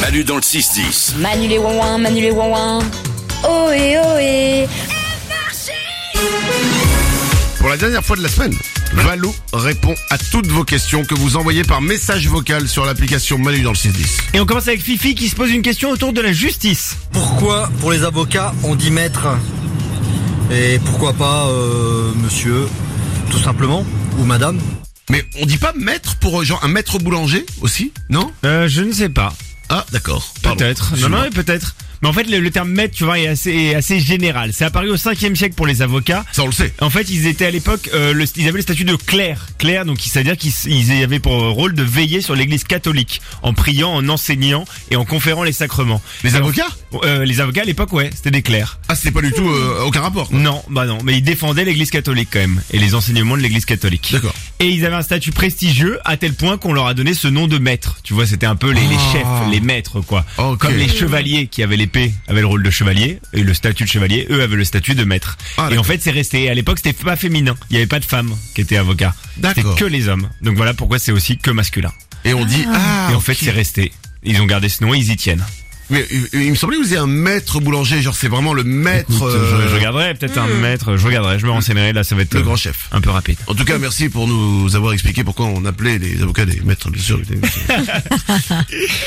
Manu dans le 6-10. Manu les ouin Manu les ouin Ohé, ohé. Pour la dernière fois de la semaine, Valo répond à toutes vos questions que vous envoyez par message vocal sur l'application Manu dans le 610. Et on commence avec Fifi qui se pose une question autour de la justice. Pourquoi pour les avocats on dit maître et pourquoi pas euh, monsieur tout simplement ou madame Mais on dit pas maître pour euh, genre un maître boulanger aussi, non Euh, je ne sais pas. Ah d'accord. Pardon. Peut-être. Non, non, Excuse-moi. mais peut-être. Mais en fait, le, le terme maître, tu vois, est assez, est assez général. C'est apparu au 5e siècle pour les avocats. Ça on le sait. En fait, ils étaient à l'époque, euh, le- ils avaient le statut de clerc. Clerc, donc c'est-à-dire qu'ils ils avaient pour rôle de veiller sur l'Église catholique en priant, en enseignant et en conférant les sacrements. Les Alors, avocats euh, Les avocats à l'époque, ouais, c'était des clercs. Ah c'est pas du tout euh, aucun rapport. quoi. Non, bah non, mais ils défendaient l'Église catholique quand même et les enseignements de l'Église catholique. D'accord. Et ils avaient un statut prestigieux à tel point qu'on leur a donné ce nom de maître. Tu vois, c'était un peu les, les Ah. chefs, les maîtres, quoi. Ok. Comme les chevaliers qui avaient l'épée avaient le rôle de chevalier et le statut de chevalier, eux avaient le statut de maître. Ah, et en d'accord. fait, c'est resté. À l'époque, c'était pas féminin. Il y avait pas de femmes qui étaient avocats. C'était D'accord. que les hommes. Donc voilà pourquoi c'est aussi que masculin. Et on dit ah. et en ok. fait, c'est resté. Ils ont gardé ce nom, ils y tiennent. Mais il, il me semblait que vous disiez un maître boulanger, genre c'est vraiment le maître, Euh, euh, je, je regarderai peut-être un maître. Je regarderai. Je me renseignerai. Là, ça va être le euh, grand chef. un peu rapide. En tout cas, merci pour nous avoir expliqué pourquoi on appelait les avocats des maîtres, bien sûr.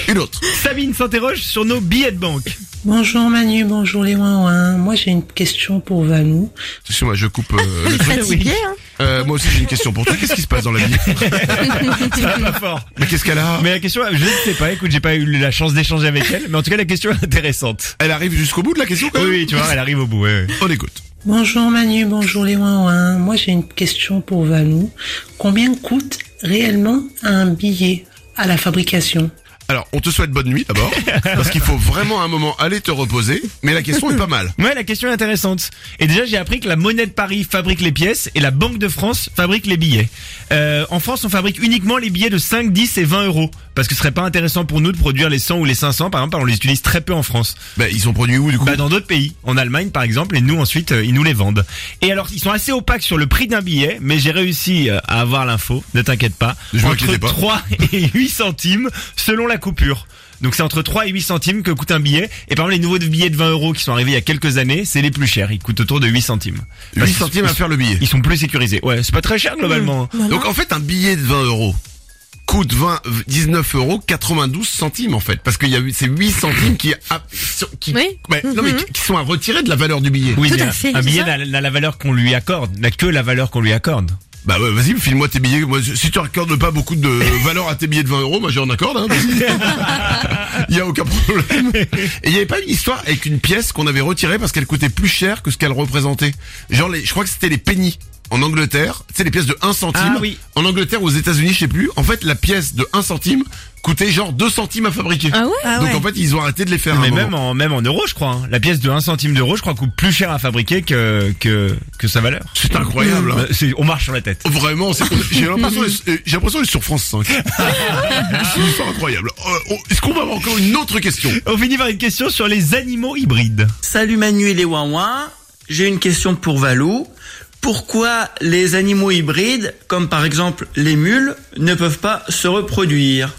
Une autre. Sabine s'interroge sur nos billets de banque. Bonjour Manu, bonjour les ouin Moi j'ai une question pour Valou. Excuse-moi, je coupe euh, le truc. Fatigué, hein Euh, moi aussi j'ai une question pour toi. Qu'est-ce qui se passe dans la vie Ça va pas fort. Mais qu'est-ce qu'elle a Mais la question, je ne sais pas, écoute, j'ai pas eu la chance d'échanger avec elle, mais en tout cas, la question est intéressante. Elle arrive jusqu'au bout de la question quand Oui, même oui, tu vois, elle arrive au bout, ouais, ouais. On écoute. Bonjour Manu, bonjour les ouin Moi j'ai une question pour Valou. Combien coûte réellement un billet à la fabrication Alors, on te souhaite bonne nuit d'abord, parce qu'il faut vraiment à un moment aller te reposer, mais la question est pas mal. Ouais, la question est intéressante. Et déjà, j'ai appris que la monnaie de Paris fabrique les pièces et la Banque de France fabrique les billets. Euh, en France, on fabrique uniquement les billets de 5, 10 et 20 euros. Parce que ce serait pas intéressant pour nous de produire les 100 ou les 500, par exemple, on les utilise très peu en France. Bah, ils sont produits où du coup Bah, dans d'autres pays, en Allemagne par exemple, et nous ensuite euh, ils nous les vendent. Et alors ils sont assez opaques sur le prix d'un billet, mais j'ai réussi euh, à avoir l'info, ne t'inquiète pas, Je entre m'inquiétais pas. 3 et 8 centimes selon la coupure. Donc c'est entre 3 et 8 centimes que coûte un billet. Et par exemple les nouveaux billets de 20 euros qui sont arrivés il y a quelques années, c'est les plus chers, ils coûtent autour de 8 centimes. 8 Parce qu'ils- centimes à faire le billet. Ils sont plus sécurisés. Ouais, c'est pas très cher Mmh. globalement. Donc en fait, un billet de 20 euros coûte 20, 19 euros 92 centimes en fait, parce qu'il y a eu ces 8 centimes qui, ah, sur- qui, Oui. ouais, non, mais qui- qui sont à retirer de la valeur du billet. Oui, Tout mais à fait, un c'est billet ça. n'a n'a la valeur qu'on lui accorde, n'a que la valeur qu'on lui accorde. Bah ouais, vas-y, file-moi tes billets. Moi, si tu accordes pas beaucoup de valeur à tes billets de 20 euros, moi j'en accorde. Hein, il y a aucun problème. Et il y avait pas une histoire avec une pièce qu'on avait retirée parce qu'elle coûtait plus cher que ce qu'elle représentait. Genre, les, je crois que c'était les pennies en Angleterre. C'est les pièces de 1 centime. Ah oui. En Angleterre ou aux États-Unis, je sais plus. En fait, la pièce de 1 centime coûtait genre 2 centimes à fabriquer. Ah ouais Donc en fait, ils ont arrêté de les faire. à un Mais moment. même en, même en euros, je crois. hein. La pièce de 1 centime d'euro, je crois, coûte plus cher à fabriquer que, que, que sa valeur. C'est incroyable. hein. Bah, c'est- on marche sur la tête. Vraiment, c'est- j'ai l'impression d'être- euh, j'ai l'impression d'être sur France 5. c'est une histoire incroyable. Euh, on- Est-ce qu'on va avoir encore une autre question On finit par une question sur les animaux hybrides. Salut Manu et les Ouin J'ai une question pour Valou. Pourquoi les animaux hybrides, comme par exemple les mules, ne peuvent pas se reproduire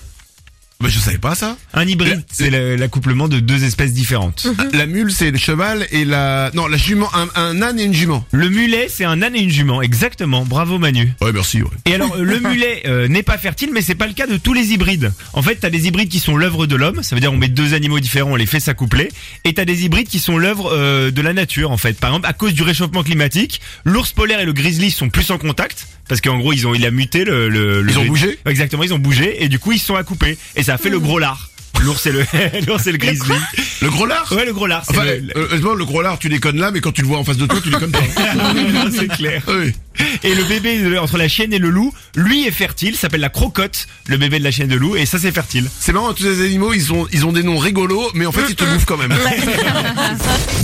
Bah je savais pas ça. Un hybride, Le- c'est le- l'accouplement de deux espèces différentes. La mule c'est le cheval et la non la jument un, un âne et une jument. Le mulet, c'est un âne et une jument. Exactement. Bravo Manu. Ouais merci. Ouais. Et alors, euh, le mulet euh, n'est pas fertile, mais c'est pas le cas de tous les hybrides. En fait, t'as des hybrides qui sont l'œuvre de l'homme, ça veut dire on met deux animaux différents, on les fait s'accoupler, et t'as des hybrides qui sont l'œuvre euh, de la nature, en fait. Par exemple, à cause du réchauffement climatique, l'ours polaire et le grizzly sont plus en contact, parce qu'en gros, ils ont, il a muté le... le, le- Ils ont bougé Exactement, ils ont bougé, et du coup, ils se sont accoupés, et ça a fait le gros lard. L'ours et le, l'ours et le grizzly. Le gros lard. Ouais, le gros lard, c'est Enfin, le- euh, heureusement, le gros lard, tu déconnes là, mais quand tu le vois en face de toi, tu déconnes pas. euh, le- c'est clair. Oui. Et le bébé de- entre la chienne et le loup, lui est fertile, s'appelle la crocotte, le bébé de la chienne et de loup, et ça c'est fertile. C'est marrant, tous ces animaux, ils ont, ils ont des noms rigolos, mais Mhm. en fait, ils te bouffent quand même.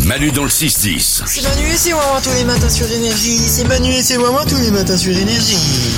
Manu dans le 6-10. C'est Manu et c'est Wawa tous les matins sur Énergie. C'est Manu et c'est Wawa tous les matins sur Énergie.